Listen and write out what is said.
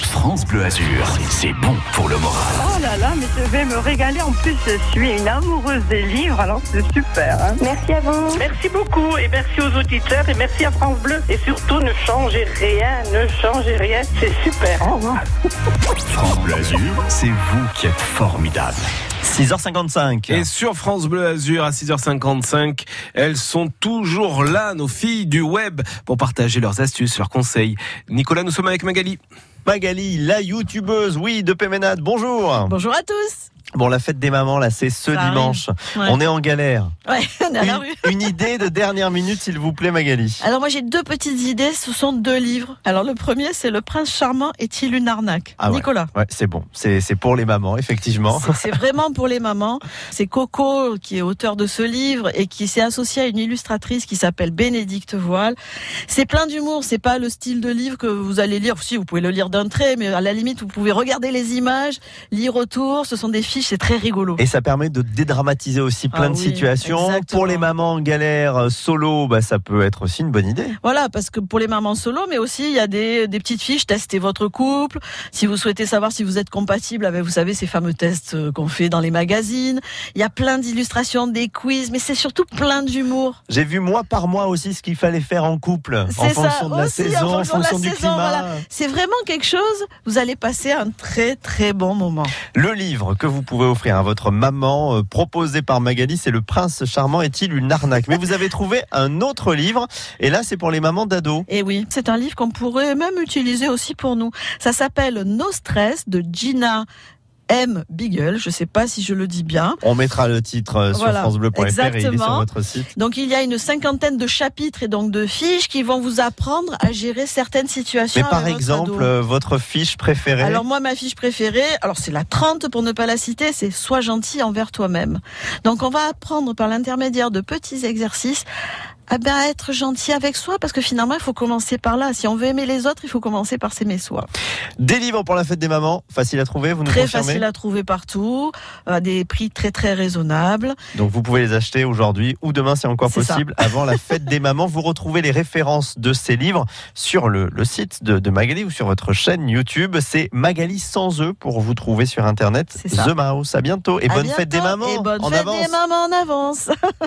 France Bleu Azur, c'est bon pour le moral. Oh là là, mais je vais me régaler. En plus, je suis une amoureuse des livres, alors c'est super. hein. Merci à vous. Merci beaucoup et merci aux auditeurs et merci à France Bleu. Et surtout, ne changez rien, ne changez rien, c'est super. hein. Au revoir. France Bleu Azur, c'est vous qui êtes formidable. 6h55. Et sur France Bleu Azur à 6h55, elles sont toujours là, nos filles du web, pour partager leurs astuces, leurs conseils. Nicolas, nous sommes avec Magali. Magali, la youtubeuse, oui, de Péménade, bonjour. Bonjour à tous. Bon, la fête des mamans, là, c'est ce Ça dimanche. Ouais. On est en galère. Ouais, on est à la Une- rue. Ah. une idée de dernière minute, s'il vous plaît, Magali. Alors moi j'ai deux petites idées, ce sont deux livres. Alors le premier c'est Le prince charmant est-il une arnaque Ah ouais. Nicolas. Ouais, c'est bon. C'est c'est pour les mamans, effectivement. C'est- C'est vraiment pour les mamans. C'est Coco qui est auteur de ce livre et qui s'est associé à une illustratrice qui s'appelle Bénédicte Voile. C'est plein d'humour, c'est pas le style de livre que vous allez lire. Si, vous pouvez le lire d'un trait, mais à la limite, vous pouvez regarder les images, lire autour. Ce sont des fiches, c'est très rigolo. Et ça permet de dédramatiser aussi Ah plein de oui, situations. Pour exactement. les mamans en galère, euh, solo, bah, ça peut être aussi une bonne idée. Voilà, parce que pour les mamans solo, mais aussi il y a des, des petites fiches, testez votre couple, si vous souhaitez savoir si vous êtes compatible avec, vous savez, ces fameux tests euh, qu'on fait dans les magazines, il y a plein d'illustrations, des quiz, mais c'est surtout plein d'humour. J'ai vu mois par mois aussi ce qu'il fallait faire en couple, en C'est ça, fonction de la aussi, en saison, fonction de la du saison, climat. voilà. C'est vraiment quelque chose, vous allez passer un très très bon moment. Le livre que vous pouvez offrir à votre maman, euh, proposé par Magali, c'est Le Prince Charmant est-il une arnaque Mais vous avez trouvé un autre livre, et là c'est pour les mamans d'ados. Et oui, c'est un livre qu'on pourrait même utiliser aussi pour nous. Ça s'appelle No Stress de Gina M. Beagle, je sais pas si je le dis bien. On mettra le titre euh, sur Voilà, francebleu.fr et il est sur exactement. votre site. Donc il y a une cinquantaine de chapitres et donc de fiches qui vont vous apprendre à gérer certaines situations. Mais par avec votre exemple, ado. euh, votre fiche préférée Alors moi ma fiche préférée, alors c'est la 30 pour ne pas la citer, c'est sois gentil envers toi-même. Donc on va apprendre par l'intermédiaire de petits exercices à ben, à être gentil avec soi parce que finalement il faut commencer par là. Si on veut aimer les autres, il faut commencer par s'aimer soi. Des livres pour la fête des mamans, facile à trouver, vous nous Très confirmez facile à trouver partout, à des prix très très raisonnables. Donc vous pouvez les acheter aujourd'hui ou demain, c'est encore C'est ça. possible, avant la fête des mamans. Vous retrouvez les références de ces livres sur le, le site de, de Magali ou sur votre chaîne YouTube. C'est Magali sans eux pour vous trouver sur Internet. C'est ça. The Mouse. À bientôt et À bonne fête des bientôt mamans Et bonne en fête avance. des mamans en avance.